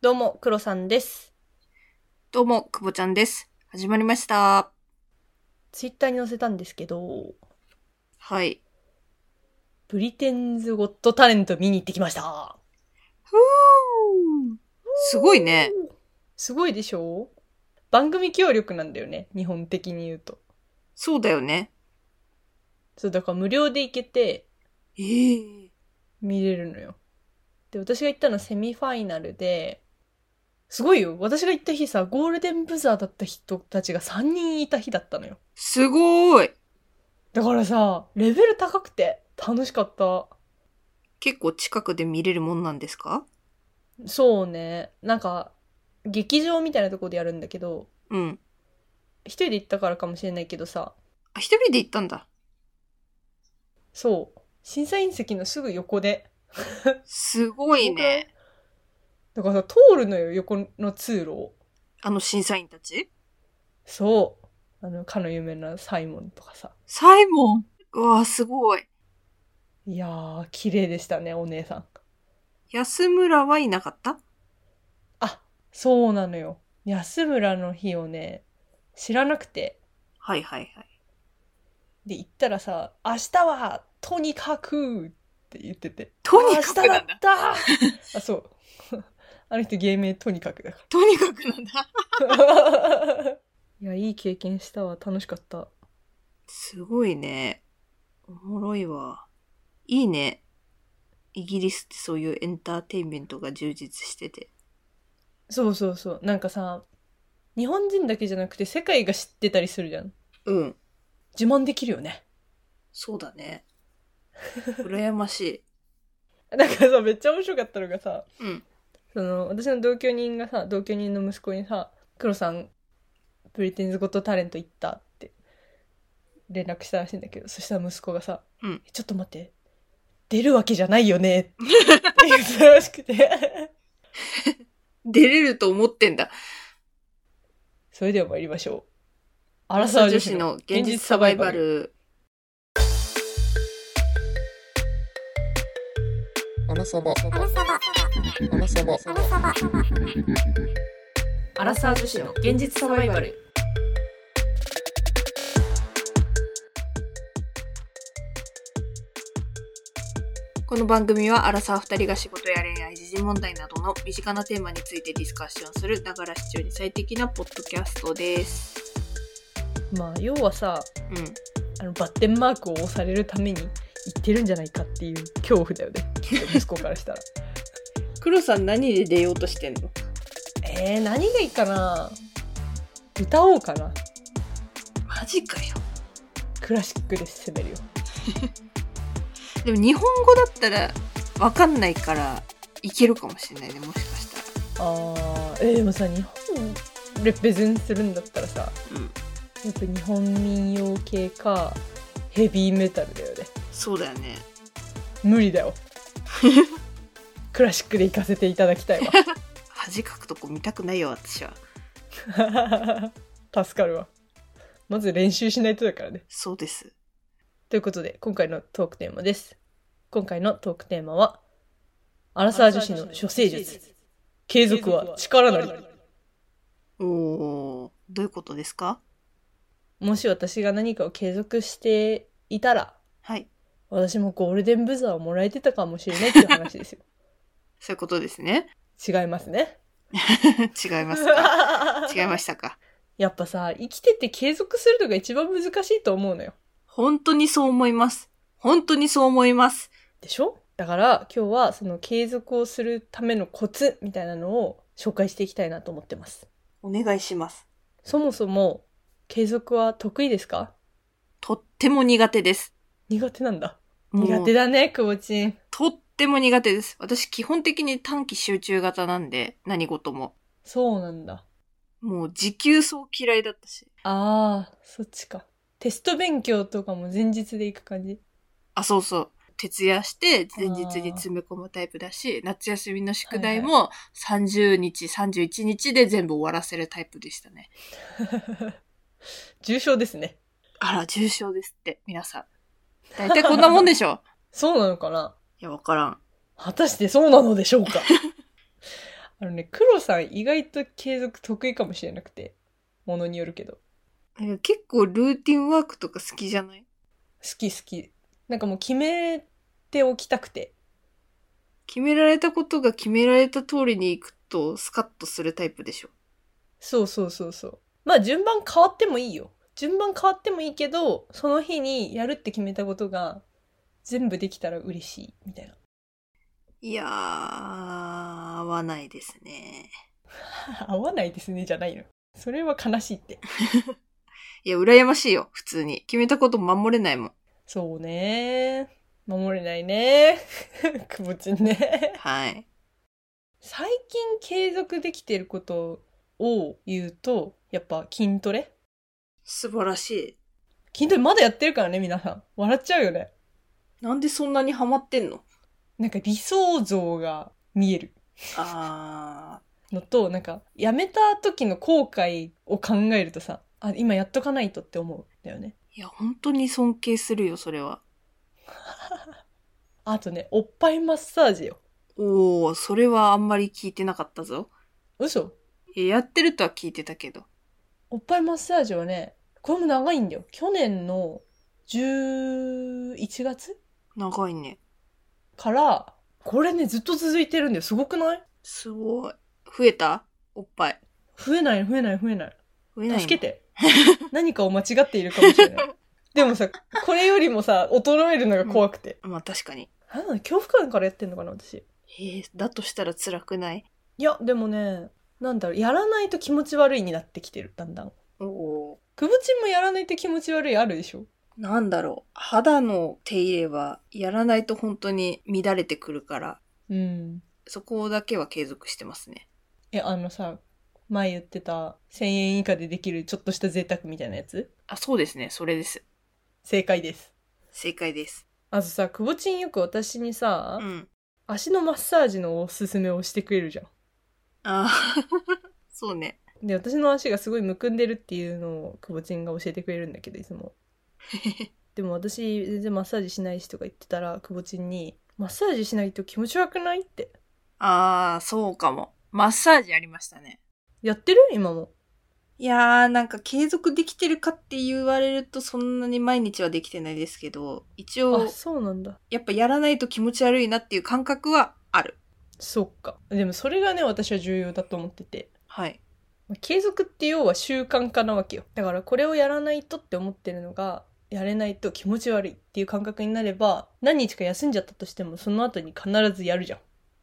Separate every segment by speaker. Speaker 1: どうも、黒さんです。
Speaker 2: どうも、くぼちゃんです。始まりました。
Speaker 1: ツイッターに載せたんですけど、
Speaker 2: はい。
Speaker 1: ブリテンズ・ゴット・タレント見に行ってきました。
Speaker 2: ふーすごいね。
Speaker 1: すごいでしょ番組協力なんだよね、日本的に言うと。
Speaker 2: そうだよね。
Speaker 1: そう、だから無料で行けて
Speaker 2: ええ
Speaker 1: 見れるのよ。で、私が行ったのセミファイナルで、すごいよ。私が行った日さ、ゴールデンブザーだった人たちが3人いた日だったのよ。
Speaker 2: すごーい。
Speaker 1: だからさ、レベル高くて楽しかった。
Speaker 2: 結構近くで見れるもんなんですか
Speaker 1: そうね。なんか、劇場みたいなとこでやるんだけど、
Speaker 2: うん。
Speaker 1: 一人で行ったからかもしれないけどさ、
Speaker 2: あ、一人で行ったんだ。
Speaker 1: そう。審査員席のすぐ横で。
Speaker 2: すごいね。
Speaker 1: だからさ、通るのよ、横の通路を。
Speaker 2: あの審査員たち
Speaker 1: そう。あの、かの有名なサイモンとかさ。
Speaker 2: サイモン。うわーすごい。
Speaker 1: いやー、綺麗でしたね、お姉さん。
Speaker 2: 安村はいなかった
Speaker 1: あ、そうなのよ。安村の日をね、知らなくて。
Speaker 2: はいはいはい。
Speaker 1: で、行ったらさ、明日は、とにかくって言ってて。
Speaker 2: とにかくな
Speaker 1: 明日
Speaker 2: んだ。
Speaker 1: だったあ、そう。 あの人芸名とにかくだか
Speaker 2: とにかくなんだ。
Speaker 1: ら。 いや、いい経験したわ。楽しかった。
Speaker 2: すごいね。おもろいわ。いいね。イギリスってそういうエンターテインメントが充実してて。
Speaker 1: そうそうそう。なんかさ、日本人だけじゃなくて世界が知ってたりするじゃん。
Speaker 2: うん。
Speaker 1: 自慢できるよね。
Speaker 2: そうだ ね。羨ましい。
Speaker 1: なんかさ、めっちゃ面白かったのがさ、
Speaker 2: うん。
Speaker 1: その、私の同居人がさ、同居人の息子にさ、黒さん、ブリテンズ・ゴット・タレント行ったって、連絡したらしいんだけど、そしたら息子がさ、
Speaker 2: うん
Speaker 1: ちょっと待って、出るわけじゃないよね、って言ったらしくて、
Speaker 2: 出れると思ってんだ。
Speaker 1: それでは参りましょう。ア
Speaker 2: ア
Speaker 1: ラ
Speaker 2: ラ
Speaker 1: サー
Speaker 2: サー
Speaker 1: 女
Speaker 2: 女
Speaker 1: 子
Speaker 2: 子
Speaker 1: の
Speaker 2: の
Speaker 1: 現
Speaker 2: 現
Speaker 1: 実
Speaker 2: 実
Speaker 1: サ
Speaker 2: サ
Speaker 1: バ
Speaker 2: バ
Speaker 1: イ
Speaker 2: イ
Speaker 1: バ
Speaker 2: バ
Speaker 1: ル。
Speaker 2: ル。
Speaker 3: アラサバ。アラサバ。アラサバ。
Speaker 1: アラサー女子の現実サバイバル。
Speaker 2: この番組はアラサー二人が仕事や恋愛、時事問題などの身近なテーマについてディスカッションする、ながら視聴に最適なポッドキャストです。
Speaker 1: まあ、要はさ、
Speaker 2: うん。
Speaker 1: あのバッテンマークを押されるために行ってるんじゃないかっていう恐怖だよ ね。きっと息子からしたら。
Speaker 2: 黒さん何で出ようとしてんの
Speaker 1: えー、何がいいかな歌おうかな
Speaker 2: マジかよ。
Speaker 1: クラシックで攻めるよ。
Speaker 2: でも日本語だったらわかんないからいけるかもしれないね、もしかしたら。
Speaker 1: あー、えー、でもさ、日本レペゼンするんだったらさ、
Speaker 2: うん
Speaker 1: やっぱ日本民謡系かヘビーメタルだよね。
Speaker 2: そうだよね。
Speaker 1: 無理だ よ。クラシックで行かせていただきたい
Speaker 2: 恥かくとこ見たくないよ、私は。
Speaker 1: わ。 助かるわ。まず練習しないとだからね。
Speaker 2: そうです。
Speaker 1: ということで、今回のトークテーマです。今回のトークテーマは、アラサー女子の処世術。継続は力なり。
Speaker 2: おー、どういうことですか
Speaker 1: もし私が何かを継続していたら、
Speaker 2: はい。
Speaker 1: 私もゴールデンブザーをもらえてたかもしれないっていう話です
Speaker 2: そういうことですね。
Speaker 1: よ。違いますね。
Speaker 2: 違います か違いま
Speaker 1: し
Speaker 2: したか
Speaker 1: やっぱさ、生きてて継続するのが一番難しいと思うのよ。
Speaker 2: 本当にそう思います。本当にそう思います。
Speaker 1: でしょだから今日はその継続をするためのコツみたいなのを紹介していきたいなと思ってます。
Speaker 2: お願いします。
Speaker 1: そもそも継続は得意ですか
Speaker 2: とっても苦手です。
Speaker 1: 苦手なんだ。
Speaker 2: もう
Speaker 1: 苦手だね、くぼちん。
Speaker 2: とっても苦手です。私基本的に短期集中型なんで、何事も。
Speaker 1: そうなんだ。
Speaker 2: もう持久走嫌いだったし。
Speaker 1: ああ、そっちか。テスト勉強とかも前日で行く感じ。
Speaker 2: あ、そうそう。徹夜して前日に詰め込むタイプだし、夏休みの宿題も30日、31日で全部終わらせるタイプでしたね。
Speaker 1: 重症ですね。
Speaker 2: あら、重症ですって、皆さん。大体こんなもんでしょ
Speaker 1: そうなのかない
Speaker 2: や、わからん。
Speaker 1: 果たしてそうなのでしょうかあのね、黒さん意外と継続得意かもしれなくて、ものによるけど。
Speaker 2: なんか結構ルーティンワークとか好きじゃない
Speaker 1: 好き好き。なんかもう決めておきたくて。
Speaker 2: 決められたことが決められた通りに行くとスカッとするタイプでしょ。
Speaker 1: そうそうそうそう。まあ順番変わってもいいよ。順番変わってもいいけど、その日にやるって決めたことが全部できたら嬉しい、みたいな。
Speaker 2: いやー、合わないですね。
Speaker 1: 合わないですね、じゃないの。それは悲しいって。
Speaker 2: いや、羨ましいよ、普通に。決めたこと守れないもん。
Speaker 1: そうね守れないね くぼちんね。
Speaker 2: はい。
Speaker 1: 最近継続できてることを言うと、やっぱ筋トレ
Speaker 2: 素晴らしい。
Speaker 1: 筋トレまだやってるからね、皆さん。笑っちゃうよね。
Speaker 2: なんでそんなにハマってんの
Speaker 1: なんか理想像が見える
Speaker 2: あ
Speaker 1: のと、なんかやめた時の後悔を考えるとさ、あ、今やっとかないとって思うんだよね。
Speaker 2: ー。いや、本当に尊敬するよ、それは。
Speaker 1: あとね、おっぱいマッサージよ。
Speaker 2: おー、それはあんまり聞いてなかったぞ。
Speaker 1: 嘘
Speaker 2: いややってるとは聞いてたけど。
Speaker 1: おっぱいマッサージはね、これも長いんだよ。去年の11月
Speaker 2: 長いね。
Speaker 1: から、これね、ずっと続いてるんだよ。すごくない
Speaker 2: すごい。増えたおっぱい。
Speaker 1: 増えない、増えない、増えない。
Speaker 2: 増えないの
Speaker 1: 助けて。 何かを間違っているかもしれない。でもさ、これよりもさ、衰えるのが怖くて。
Speaker 2: まあ確かに。
Speaker 1: なんだ、恐怖感からやってんのかな、私。
Speaker 2: えー、だとしたら辛くない
Speaker 1: いや、でもね、なんだろう、やらないと気持ち悪いになってきてる、だんだん。
Speaker 2: おお。
Speaker 1: くぶちんもやらないと気持ち悪いあるでしょ
Speaker 2: なんだろう。肌の手入れは、やらないと本当に乱れてくるから、
Speaker 1: うん。
Speaker 2: そこだけは継続してますね。
Speaker 1: え、あのさ、前言ってた、1000円以下でできるちょっとした贅沢みたいなやつ
Speaker 2: あ、そうですね。それです。
Speaker 1: 正解です。
Speaker 2: 正解です。
Speaker 1: あとさ、くぼちんよく私にさ、
Speaker 2: うん。
Speaker 1: 足のマッサージのおすすめをしてくれるじゃん。
Speaker 2: あー そうね。
Speaker 1: で、私の足がすごいむくんでるっていうのをくぼちんが教えてくれるんだけど、いつも。でも私、全然マッサージしないしとか言ってたら、くぼちんに、マッサージしないと気持ち悪くないって。
Speaker 2: ああ、そうかも。マッサージありましたね。
Speaker 1: やってる今も。
Speaker 2: いやー、なんか継続できてるかって言われるとそんなに毎日はできてないですけど、一
Speaker 1: あ、
Speaker 2: 応、
Speaker 1: そうなんだ。
Speaker 2: やっぱやらないと気持ち悪いなっていう感覚はある。
Speaker 1: そっか。でもそれがね、私は重要だと思ってて。
Speaker 2: はい。
Speaker 1: まあ継続って要は習慣化なわけよ。だからこれをやらないとって思ってるのが、やれないと気持ち悪いっていう感覚になれば、何日か休んじゃったとしても、その後に必ずやるじゃん。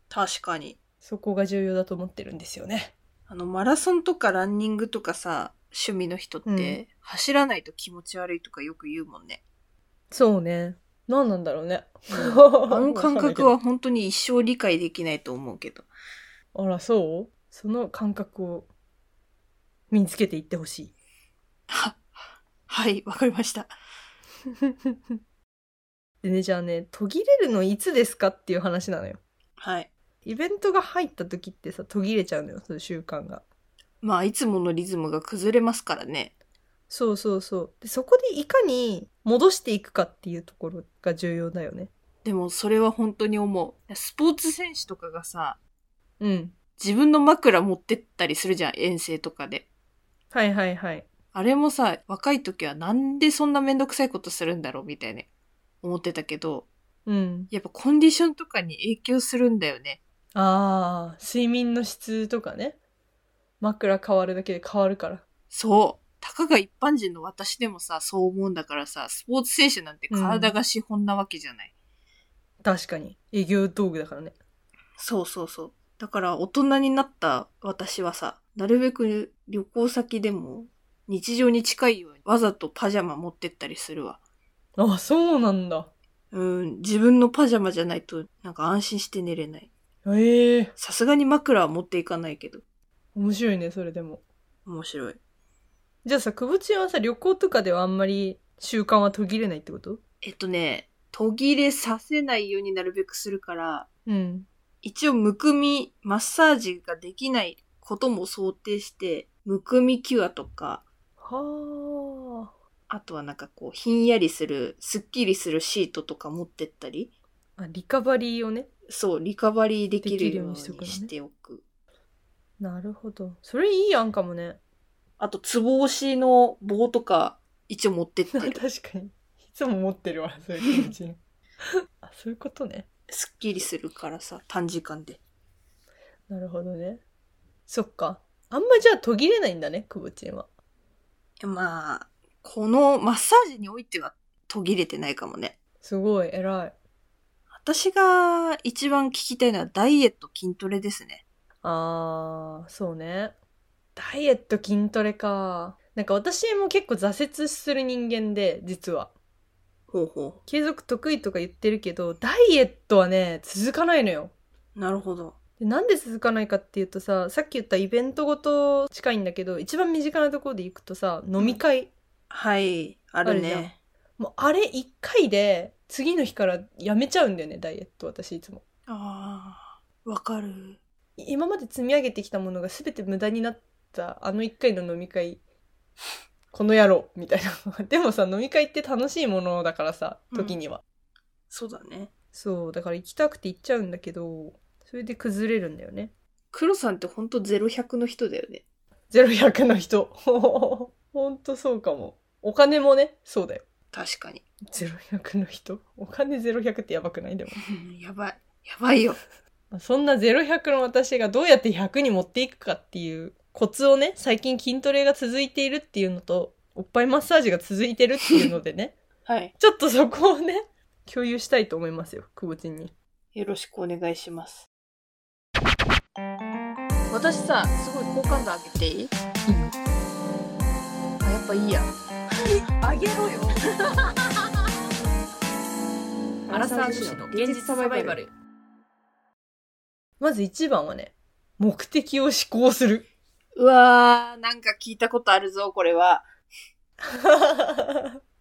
Speaker 2: 確かに。
Speaker 1: そこが重要だと思ってるんですよね。
Speaker 2: あの、マラソンとかランニングとかさ、趣味の人って、
Speaker 1: うん
Speaker 2: 走らないと気持ち悪いとかよく言うもん ね。
Speaker 1: そうね。何なんだろうね。
Speaker 2: あの感覚
Speaker 1: わ
Speaker 2: は本当に一生理解できないと思うけ
Speaker 1: か
Speaker 2: ど。
Speaker 1: んないけど。あら、そうその感覚を身につけていってほしい。
Speaker 2: は、はい、わかりました。
Speaker 1: でね、じゃあね、途切れるのいつですかっていう話なのよ。
Speaker 2: はい。
Speaker 1: イベントが入った時ってさ、途切れちゃうのよ、そういう習慣が。
Speaker 2: まあ、いつものリズムが崩れますからね。
Speaker 1: そうそうそう。で、そこでいかに戻していくかっていうところが重要だよね。
Speaker 2: でも、それは本当に思う。スポーツ選手とかがさ、
Speaker 1: うん。
Speaker 2: 自分の枕持ってったりするじゃん、遠征とかで。
Speaker 1: はいはいはい。
Speaker 2: あれもさ、若い時はなんでそんなめんどくさいことするんだろうみたいな思ってたけど、
Speaker 1: うん。
Speaker 2: やっぱコンディションとかに影響するんだよね。
Speaker 1: ああ、睡眠の質とかね。枕変わるだけで変わるから。
Speaker 2: そう。たかが一般人の私でもさ、そう思うんだからさ、スポーツ選手なんて体が資本なわけじゃない。
Speaker 1: 確かに。営業道具だからね。
Speaker 2: そうそうそう。だから大人になった私はさ、なるべく旅行先でも日常に近いようにわざとパジャマ持ってったりするわ。
Speaker 1: あ、そうなんだ。
Speaker 2: うん、自分のパジャマじゃないとなんか安心して寝れない。
Speaker 1: ええ
Speaker 2: さすがに枕は持っていかないけど、
Speaker 1: 面白いね、それでも。
Speaker 2: 面白い。
Speaker 1: じゃあさ、くぶちんはさ、旅行とかではあんまり習慣は途切れないってこと
Speaker 2: えっとね、途切れさせないようになるべくするから、
Speaker 1: うん。
Speaker 2: 一応むくみ、マッサージができないことも想定して、むくみキュアとか、
Speaker 1: は
Speaker 2: あとはなんかこう、ひんやりする、すっきりするシートとか持ってったり、
Speaker 1: あ。あ、リカバリーをね。
Speaker 2: そう、リカバリーできるように
Speaker 1: できるようにしとくのね
Speaker 2: しておく。
Speaker 1: なるほど。それいい案かもね。
Speaker 2: あと、つぼ押しの棒とか、一応持ってっ て
Speaker 1: 確
Speaker 2: る。
Speaker 1: かに。いつも持ってるわ、そういう気持ちの。 あ、そういうことね。
Speaker 2: すっきりするからさ、短時間で。
Speaker 1: なるほどね。そっか。あんまじゃあ途切れないんだね、くぼちんは。
Speaker 2: まあ、このマッサージにおいては途切れてないかもね。
Speaker 1: すごい、偉い。
Speaker 2: 私が一番聞きたいのはダイエット筋トレですね。
Speaker 1: あー、そうね。ダイエット筋トレか。なんか私も結構挫折する人間で、実は。
Speaker 2: ほうほ
Speaker 1: 継続得意とか言ってるけど、ダイエットはね、続かないのよ。
Speaker 2: う。なるほど。
Speaker 1: でなんで続かないかっていうとささっき言ったイベントごと近いんだけど一番身近なところで行くとさ飲み会、
Speaker 2: はい、ある
Speaker 1: あるじ
Speaker 2: ね。
Speaker 1: もうあれ1回で次の日からやめちゃうんだよねダイエット私いつも
Speaker 2: ああ、わかる。
Speaker 1: い今まで積み上げてきたものが全て無駄になったあの1回の飲み会この野郎みたいな でもさ飲み会って楽しいものだからさ時には、
Speaker 2: そうだね。
Speaker 1: そうだから行きたくて行っちゃうんだけどそれで崩れるんだよね
Speaker 2: 黒さんってほんとゼロ百の人だよね。
Speaker 1: 0100の人 ほんとそうかもお金もねそうだよ
Speaker 2: 確かに。
Speaker 1: ゼロ百の人お金ゼロ百ってやばくないでも。
Speaker 2: やばい。やばいよ。
Speaker 1: まあそんなゼロ百の私がどうやって100に持っていくかっていうコツをね、最近筋トレが続いているっていうのと、おっぱいマッサージが続いてるっていうのでね、
Speaker 2: はい。
Speaker 1: ちょっとそこをね、共有したいと思いますよ、くぼちんに。
Speaker 2: よろしくお願いします。私さ、すごい好感度上げていいあ、やっぱいいや。
Speaker 1: あげろよ
Speaker 2: アラサー女子の現実サバイバル。
Speaker 1: まず一番はね、目的を思考する。
Speaker 2: うわー、なんか聞いたことあるぞ、これは。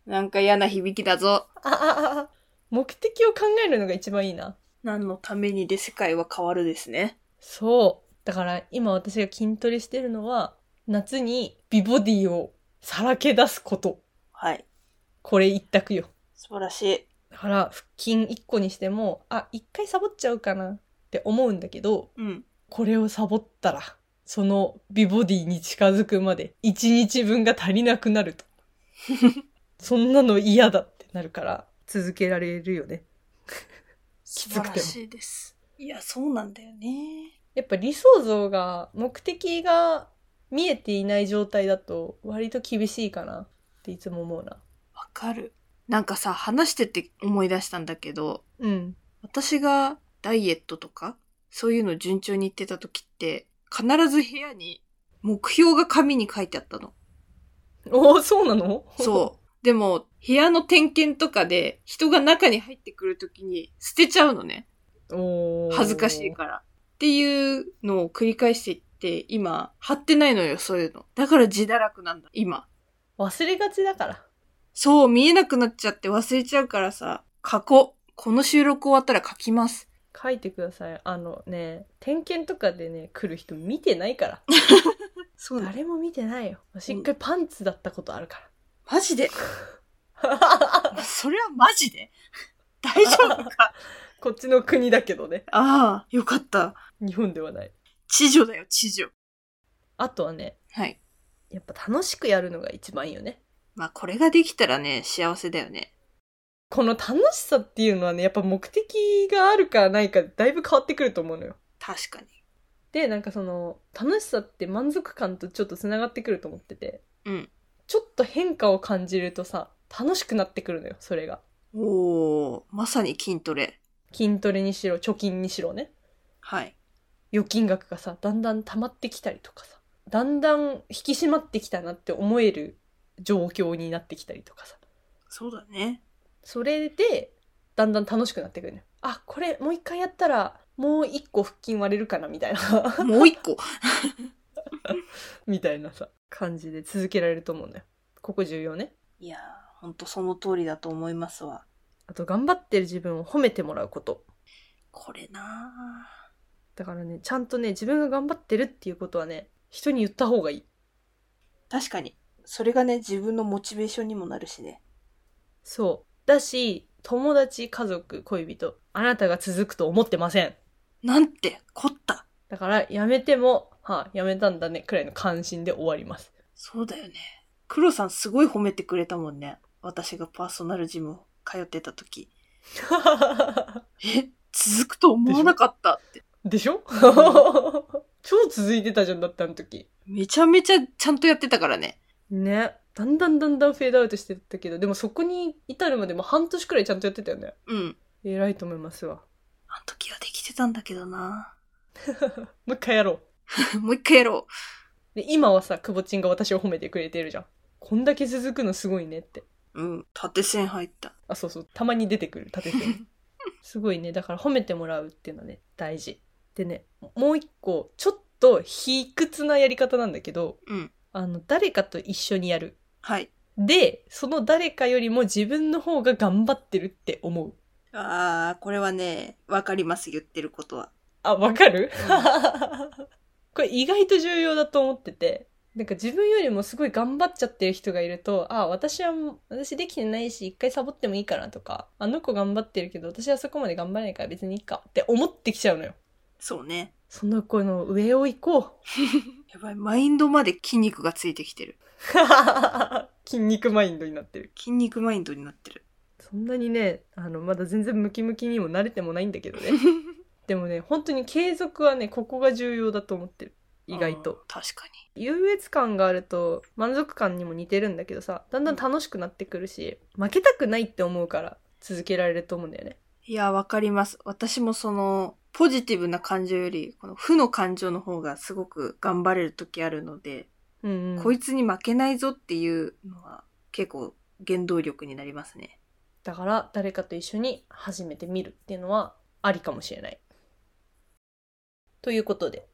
Speaker 2: なんか嫌な響きだぞ。
Speaker 1: あああ目的を考えるのが一番いいな。
Speaker 2: 何のためにで世界は変わるですね。
Speaker 1: そう。だから今私が筋トレしてるのは、夏に美ボディをさらけ出すこと。
Speaker 2: はい。
Speaker 1: これ一択よ。
Speaker 2: 素晴らしい。
Speaker 1: だから腹筋1個にしても、あ、1回サボっちゃうかなって思うんだけど、
Speaker 2: うん。
Speaker 1: これをサボったら、その美ボディに近づくまで1日分が足りなくな ると。そんなの嫌だってなるから、続けられるよね。
Speaker 2: 素
Speaker 1: づ
Speaker 2: 晴
Speaker 1: く
Speaker 2: ら
Speaker 1: ても
Speaker 2: しいです。いや、そうなんだよね。
Speaker 1: やっぱ理想像が、目的が見えていない状態だと割と厳しいかなっていつも思うな。
Speaker 2: わかる。なんかさ、話してて思い出したんだけど、
Speaker 1: うん。
Speaker 2: 私がダイエットとか、そういうの順調に言ってた時って、必ず部屋に目標が紙に書いてあったの。
Speaker 1: おお、そうなの
Speaker 2: そう。でも、部屋の点検とかで人が中に入ってくる時に捨てちゃうのね。
Speaker 1: う。 おー
Speaker 2: 恥ずかしいから。っていうのを繰り返していって、今、貼ってないのよ、そういうの。だから自堕落なんだ、今。
Speaker 1: 忘れがちだから。
Speaker 2: そう、見えなくなっちゃって忘れちゃうからさ、書こう。この収録終わったら書きます。
Speaker 1: 書いてください。あのね、点検とかでね、来る人見てないから。
Speaker 2: そう
Speaker 1: 誰も見てないよ。私一回パンツだったことあるか
Speaker 2: マジで。
Speaker 1: ら。
Speaker 2: それはマジで 大丈夫か
Speaker 1: こっちの国だけどね。
Speaker 2: ああ、よかった。
Speaker 1: 日本ではない。
Speaker 2: 知女だよ、知女。
Speaker 1: あとはね、
Speaker 2: はい。
Speaker 1: やっぱ楽しくやるのが一番いいよね。
Speaker 2: まあ、これができたらね、幸せだよね。
Speaker 1: この楽しさっていうのはね、やっぱ目的があるかないかだいぶ変わってくると思うのよ。
Speaker 2: 確かに。
Speaker 1: で、なんかその、楽しさって満足感とちょっとつながってくると思ってて、
Speaker 2: うん。
Speaker 1: ちょっと変化を感じるとさ、楽しくなってくるのよ、それが。
Speaker 2: おー、まさに筋トレ。
Speaker 1: 筋トレにしろ、貯金にしろね。
Speaker 2: はい。
Speaker 1: 預金額がさ、だんだん溜まってきたりとかさ、だんだん引き締まってきたなって思える状況になってきたりとかさ。
Speaker 2: そうだね。
Speaker 1: それで、だんだん楽しくなってくるのよ。あ、これもう一回やったら、もう一個腹筋割れるかな、みたいな。
Speaker 2: もう一個。
Speaker 1: みたいなさ、感じで続けられると思うんだよ。ここ重要ね。
Speaker 2: いやー、ほんとその通りだと思いますわ。
Speaker 1: あと、頑張ってる自分を褒めてもらうこと。
Speaker 2: これなー
Speaker 1: だからね、ちゃんとね、自分が頑張ってるっていうことはね、人に言った方がいい。
Speaker 2: 確かに。それがね、自分のモチベーションにもなるしね。
Speaker 1: そう。だし、友達、家族、恋人、あなたが続くと思ってません。
Speaker 2: なんて、凝った。
Speaker 1: だから、やめても、はあ、やめたんだね、くらいの関心で終わります。
Speaker 2: そうだよね。黒さんすごい褒めてくれたもんね。私がパーソナルジムを通ってた時。え、続くと思わなかったって。
Speaker 1: で しょ超続いてたじゃんだってあの時。
Speaker 2: めちゃめちゃちゃんとやってたからね。
Speaker 1: ね。だんだんだんだんフェードアウトしてったけど、でもそこに至るまでも半年くらいちゃんとやってたよね。
Speaker 2: うん。
Speaker 1: 偉いと思いますわ。
Speaker 2: あの時はできてたんだけどな。
Speaker 1: もう一回やろう。
Speaker 2: もう一回やろ
Speaker 1: で、今はさ、くぼちんが私を褒めてくれてるじゃん。こんだけ続くのすごいねって。
Speaker 2: う。うん。縦線入った。
Speaker 1: あ、そうそう。たまに出てくる、立て て。すごいね。だから褒めてもらうっていうのはね、大事。でね、もう一個、ちょっと卑屈なやり方なんだけど、
Speaker 2: うん。
Speaker 1: あの、誰かと一緒にやる。
Speaker 2: はい。
Speaker 1: で、その誰かよりも自分の方が頑張ってるって思う。
Speaker 2: あー、これはね、わかります、言ってることは。
Speaker 1: あ、わかる これ意外と重要だと思ってて、なんか自分よりもすごい頑張っちゃってる人がいると、あ、私は、私できてないし、一回サボってもいいかなとか、あの子頑張ってるけど、私はそこまで頑張れないから別にいいかって思ってきちゃうのよ。
Speaker 2: そうね。
Speaker 1: その子の上を行こう。
Speaker 2: やばい、マインドまで筋肉がついてきてる。
Speaker 1: 筋肉マインドになってる。
Speaker 2: 筋肉マインドになってる。
Speaker 1: そんなにね、あの、まだ全然ムキムキにも慣れてもないんだけどね。でもね、本当に継続はね、ここが重要だと思ってる。 意外と。
Speaker 2: あー。確かに。
Speaker 1: 優越感があると満足感にも似てるんだけどさ、だんだん楽しくなってくるし、負けたくないって思うから続けられると思うんだよね。
Speaker 2: いや、わかります。私もその、ポジティブな感情より、この負の感情の方がすごく頑張れる時あるので、
Speaker 1: うん、うん。
Speaker 2: こいつに負けないぞっていうのは結構原動力になりますね。
Speaker 1: だから誰かと一緒に始めてみるっていうのはありかもしれない。ということで、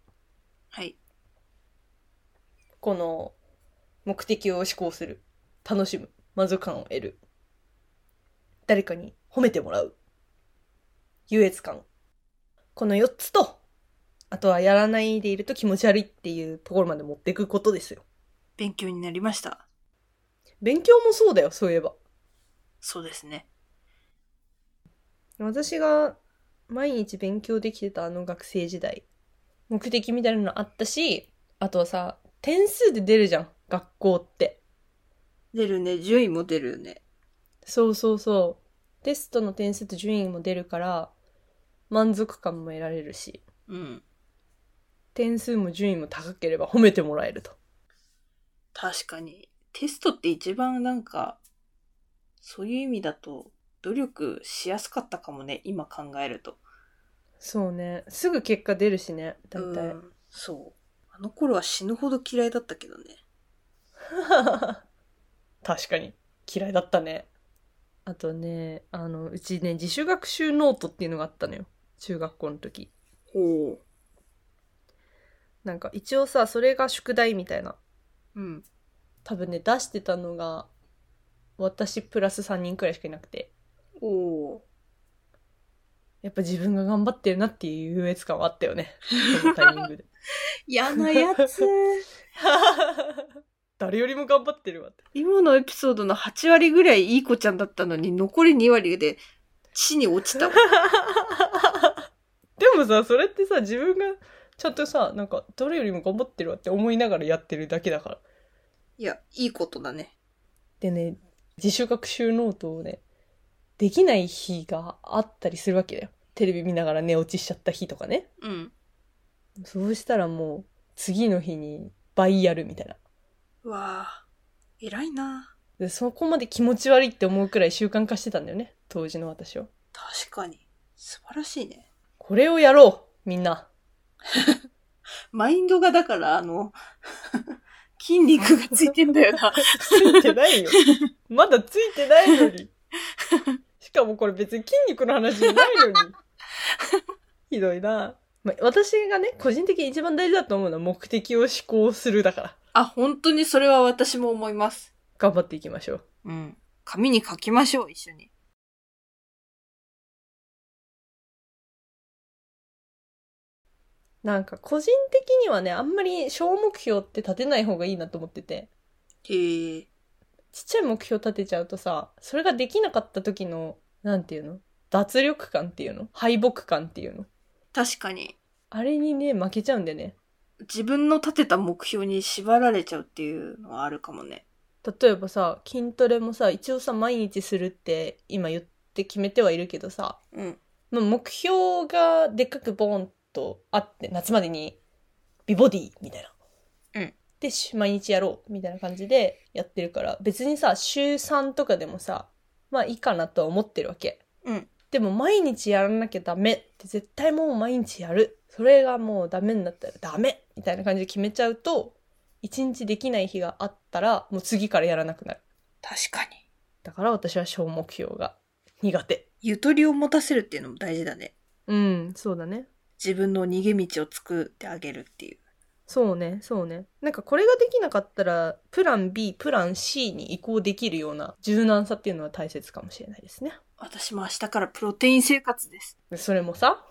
Speaker 2: はい。
Speaker 1: この目的を思考する、楽しむ、満足感を得る、誰かに褒めてもらう、優越感。この4つと、あとはやらないでいると気持ち悪いっていうところまで持っていくことですよ。
Speaker 2: 勉強になりました。
Speaker 1: 勉強もそうだよ、そういえば。
Speaker 2: そうですね。
Speaker 1: 私が毎日勉強できてたあの学生時代、目的みたいなのあったし、あとはさ、点数で出るじゃん、学校って。
Speaker 2: 出るね。順位も出るよね。
Speaker 1: そうそうそう。テストの点数と順位も出るから、満足感も得られるし、
Speaker 2: うん。
Speaker 1: 点数も順位も高ければ褒めてもらえると。
Speaker 2: 確かに。テストって一番なんか、そういう意味だと、努力しやすかったかもね。今考えると。
Speaker 1: そうね。すぐ結果出るしね、大体。
Speaker 2: うんそう。あの頃は死ぬほど嫌いだったけどね。
Speaker 1: 確かに。嫌いだったね。あとね、あの、うちね、自主学習ノートっていうのがあったのよ。中学校の時。
Speaker 2: ほ
Speaker 1: なんか一応さ、それが宿題みたいな。
Speaker 2: う。うん。
Speaker 1: 多分ね、出してたのが、私プラス3人くらいしかいなくて。
Speaker 2: おお。
Speaker 1: やっぱ自分が頑張ってるなっていう優越感はあったよね。そのタイミングで。
Speaker 2: 嫌なやつ。
Speaker 1: 誰よりも頑張ってるわって。
Speaker 2: 今のエピソードの8割ぐらいいい子ちゃんだったのに、残り2割で地に落ち たわ。
Speaker 1: でもさ、それってさ、自分がちゃんとさ、なんか、誰よりも頑張ってるわって思いながらやってるだけだから。
Speaker 2: いや、いいことだね。
Speaker 1: でね、自主学習ノートをね、できない日があったりするわけだよ。テレビ見ながら寝落ちしちゃった日とかね。
Speaker 2: うん。
Speaker 1: そうしたらもう、次の日に倍やるみたいな。
Speaker 2: うわあ、偉いな。
Speaker 1: でそこまで気持ち悪いって思うくらい習慣化してたんだよね。当時の私を。
Speaker 2: 確かに。素晴らしいね。
Speaker 1: これをやろうみんな。
Speaker 2: マインドがだから、あの、 筋肉がついてんだよ な。
Speaker 1: ついてないよ。まだついてないのに。しかもこれ別に筋肉の話じゃないのに。ひどいな。まあ、私がね、個人的に一番大事だと思うのは目的を思考するだから。
Speaker 2: あ、本当にそれは私も思います。
Speaker 1: 頑張っていきましょう。
Speaker 2: うん。紙に書きましょう、一緒に。
Speaker 1: なんか個人的にはね、あんまり小目標って立てない方がいいなと思ってて。
Speaker 2: へえ。
Speaker 1: ちっちゃい目標立てちゃうとさ、それができなかった時の、なんていうの脱力感っていうの敗北感っていうの
Speaker 2: 確かに。
Speaker 1: あれにね、負けちゃうんだよね。
Speaker 2: 自分の立てた目標に縛られちゃうっていうのはあるかもね。
Speaker 1: 例えばさ、筋トレもさ、一応さ、毎日するって今言って決めてはいるけどさ、
Speaker 2: うん。
Speaker 1: まあ目標がでっかくボーンとあって、夏までに美ボディみたいな。
Speaker 2: うん。
Speaker 1: で、し毎日やろうみたいな感じでやってるから、別にさ、週3とかでもさ、まあいいかなとは思ってるわけ。
Speaker 2: うん。
Speaker 1: でも毎日やらなきゃダメって絶対もう毎日やる。それがもうダメになったらダメみたいな感じで決めちゃうと、一日できない日があったら、もう次からやらなくなる。
Speaker 2: 確かに。
Speaker 1: だから私は小目標が苦手。
Speaker 2: ゆとりを持たせるっていうのも大事だね。
Speaker 1: うん、そうだね。
Speaker 2: 自分の逃げ道を作ってあげるっていう。
Speaker 1: そうね、そうね。なんかこれができなかったら、プラン B、プラン C に移行できるような柔軟さっていうのは大切かもしれないですね。
Speaker 2: 私も明日からプロテイン生活です。
Speaker 1: でそれもさ、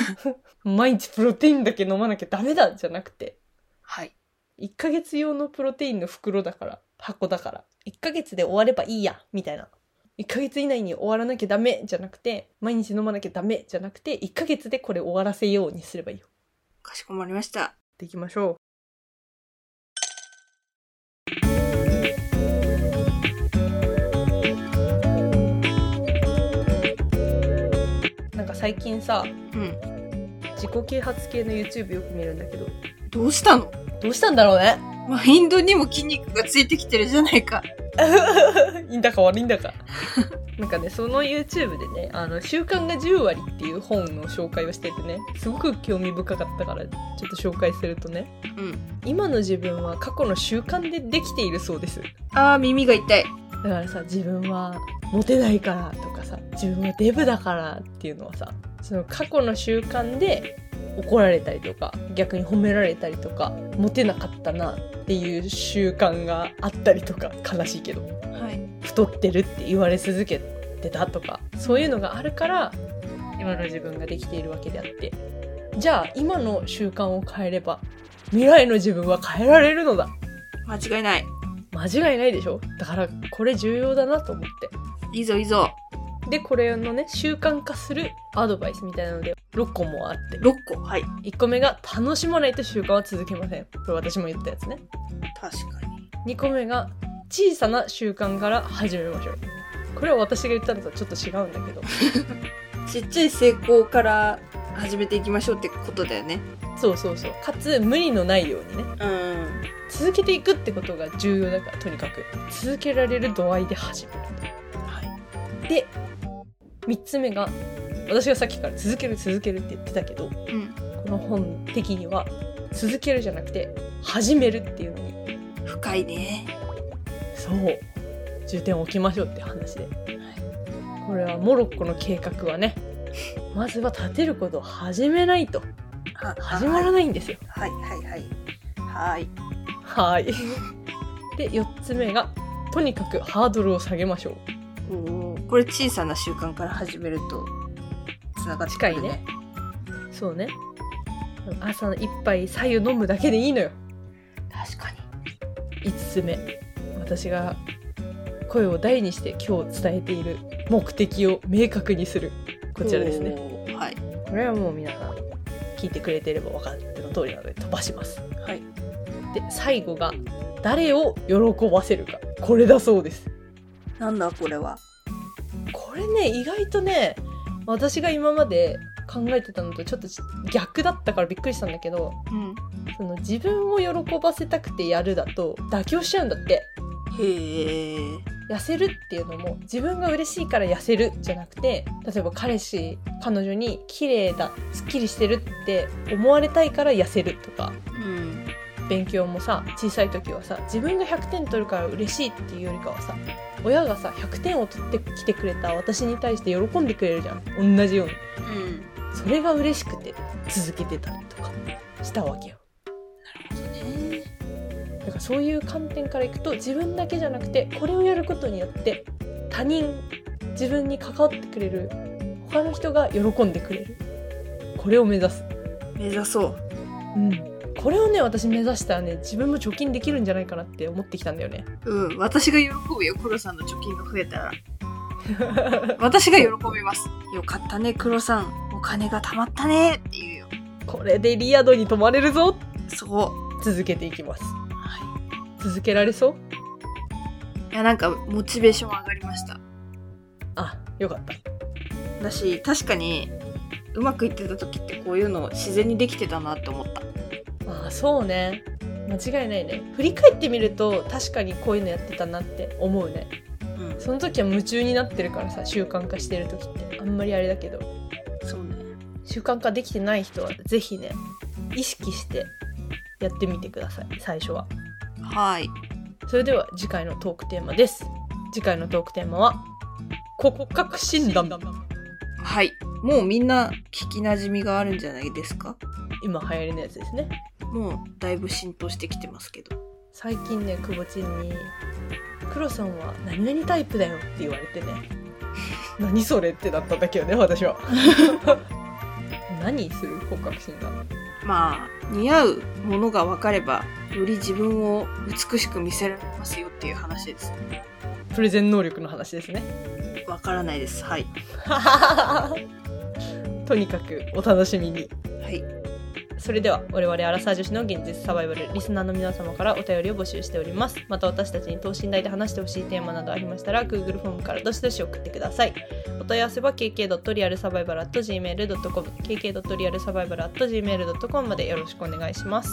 Speaker 1: 毎日プロテインだけ飲まなきゃダメだじゃなくて、
Speaker 2: はい。
Speaker 1: 1ヶ月用のプロテインの袋だから、箱だから、1ヶ月で終わればいいや、みたいな。1ヶ月以内に終わらなきゃダメじゃなくて、毎日飲まなきゃダメじゃなくて、1ヶ月でこれ終わらせようにすればいいよ。
Speaker 2: かしこまりました。
Speaker 1: できましょう。なんか最近さ
Speaker 2: うん。
Speaker 1: 自己啓発系の YouTube よく見るんだけど
Speaker 2: どうしたの
Speaker 1: どうしたんだろうね
Speaker 2: マインドにも筋肉がついてきてるじゃないか。
Speaker 1: いいんだか悪いんだ かなんかねその YouTube でね「あの習慣が10割」っていう本の紹介をしててねすごく興味深かったからちょっと紹介するとね
Speaker 2: うん。
Speaker 1: 今の自分は過去の習慣でできているそうです
Speaker 2: あー、耳が痛い。
Speaker 1: だからさ自分はモテないからとかさ自分はデブだからっていうのはさその過去の習慣で怒られたりとか逆に褒められたりとかモテなかったなっていう習慣があったりとか悲しいけど
Speaker 2: はい。
Speaker 1: 太ってるって言われ続けてたとかそういうのがあるから今の自分ができているわけであってじゃあ今の習慣を変えれば未来の自分は変えられるのだ
Speaker 2: 間違いない。
Speaker 1: 間違いないでしょだからこれ重要だなと思って
Speaker 2: いいぞいいぞ。
Speaker 1: でこれのね習慣化するアドバイスみたいなので6個もあって
Speaker 2: 6個。はい。
Speaker 1: 1個目が楽しまないと習慣は続けませんこれ私も言ったやつね
Speaker 2: 確かに。
Speaker 1: 2個目が小さな習慣から始めましょうこれは私が言ったのとはちょっと違うんだけど
Speaker 2: ちっちゃい成功から始めていきましょうってことだよね。
Speaker 1: そうそうそうかつ無理のないようにね
Speaker 2: うん。
Speaker 1: 続けていくってことが重要だからとにかく続けられる度合いで始める
Speaker 2: はい。
Speaker 1: で3つ目が私がさっきから続ける続けるって言ってたけど
Speaker 2: うん。
Speaker 1: この本的には続けるじゃなくて始めるっていうのに
Speaker 2: 深いね。
Speaker 1: そう重点を置きましょうって話で、これはモロッコの計画はねまずは立てることを始めないと
Speaker 2: は
Speaker 1: 始まらないんですよ
Speaker 2: はいはいはい。はい。
Speaker 1: はいで4つ目がとにかくハードルを下げましょう
Speaker 2: おーこれ小さな習慣から始めるとつながってく
Speaker 1: 近い
Speaker 2: る
Speaker 1: ねそうね朝の一杯白湯飲むだけでいいのよ
Speaker 2: 確かに
Speaker 1: 5つ目私が声を大にして今日伝えている目的を明確にするこちらですね
Speaker 2: ねはい
Speaker 1: これはもう皆さん聞いてくれてれば分かっての通りなので飛ばします
Speaker 2: はい
Speaker 1: で最後が誰を喜ばせるかこれだそうです
Speaker 2: なんだこれは
Speaker 1: これね意外とね私が今まで考えてたのとちょっと逆だったからびっくりしたんだけど
Speaker 2: うん
Speaker 1: その自分を喜ばせたくてやるだと妥協しちゃうんだって
Speaker 2: へえ
Speaker 1: 痩せるっていうのも自分が嬉しいから痩せるじゃなくて例えば彼氏彼女に綺麗だすっきりしてるって思われたいから痩せるとか
Speaker 2: うん
Speaker 1: 勉強もさ小さい時はさ自分が100点取るから嬉しいっていうよりかはさ親がさ100点を取ってきてくれた私に対して喜んでくれるじゃん同じように
Speaker 2: うん
Speaker 1: それが嬉しくて続けてたりとかしたわけよだからそういう観点からいくと自分だけじゃなくてこれをやることによって他人自分に関わってくれる他の人が喜んでくれるこれを目指す、
Speaker 2: 目指そう
Speaker 1: うん、これをね私目指したらね自分も貯金できるんじゃないかなって思ってきたんだよね
Speaker 2: うん私が喜ぶよ黒さんの貯金が増えた ら私が喜びますよかったね黒さんお金が貯まったねって言うよ
Speaker 1: これでリアドに泊まれるぞ
Speaker 2: そう。
Speaker 1: 続けていきます。
Speaker 2: は
Speaker 1: 続けられそう
Speaker 2: い。いや、なんか、モチベーション上がりました。
Speaker 1: あ、よかった。
Speaker 2: だし、確かに、うまくいってた時ってこういうの自然にできてたなって思った。
Speaker 1: ああそうね間違いないね振り返ってみると確かにこういうのやってたなって思うね
Speaker 2: うん。
Speaker 1: その時は夢中になってるからさ習慣化してる時ってあんまりあれだけど
Speaker 2: そうね。
Speaker 1: 習慣化できてない人は是非ね意識してやってみてください最初は
Speaker 2: はい。
Speaker 1: それでは次回のトークテーマです次回のトークテーマは骨格診断
Speaker 2: はい。もうみんな聞き馴染みがあるんじゃないですか
Speaker 1: 今流行りのやつですね
Speaker 2: もうだいぶ浸透してきてますけど。
Speaker 1: 最近ねくぼちんに「黒さんは何々タイプだよ」って言われてね「何それ?」ってなったんだけどね私は 何する骨格診断
Speaker 2: まあ、似合うものが分かれば、より自分を美しく見せられますよっていう話です。
Speaker 1: プレゼン能力の話ですね
Speaker 2: わからないです。はい。
Speaker 1: とにかくお楽しみに
Speaker 2: はい。
Speaker 1: それでは我々アラサー女子の現実サバイバルリスナーの皆様からお便りを募集しておりますまた私たちに等身大で話してほしいテーマなどありましたら Google フォームからどしどし送ってくださいお問い合わせは kk.realsurvival.gmail.com kk.realsurvival.gmail.com までよろしくお願いします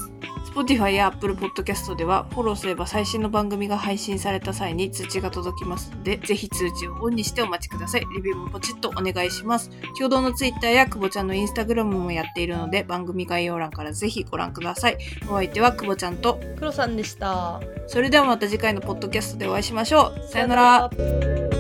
Speaker 2: Spotify や Apple Podcast ではフォローすれば最新の番組が配信された際に通知が届きますので、ぜひ通知をオンにしてお待ちください。レビューもポチッとお願いします。共同の Twitter やくぼちゃんの Instagram もやっているので、番組概要欄からぜひご覧ください。お相手はくぼちゃんと、
Speaker 1: 黒さんでした
Speaker 2: それではまた次回のポッドキャストでお会いしましょう。さよなら。
Speaker 1: よなら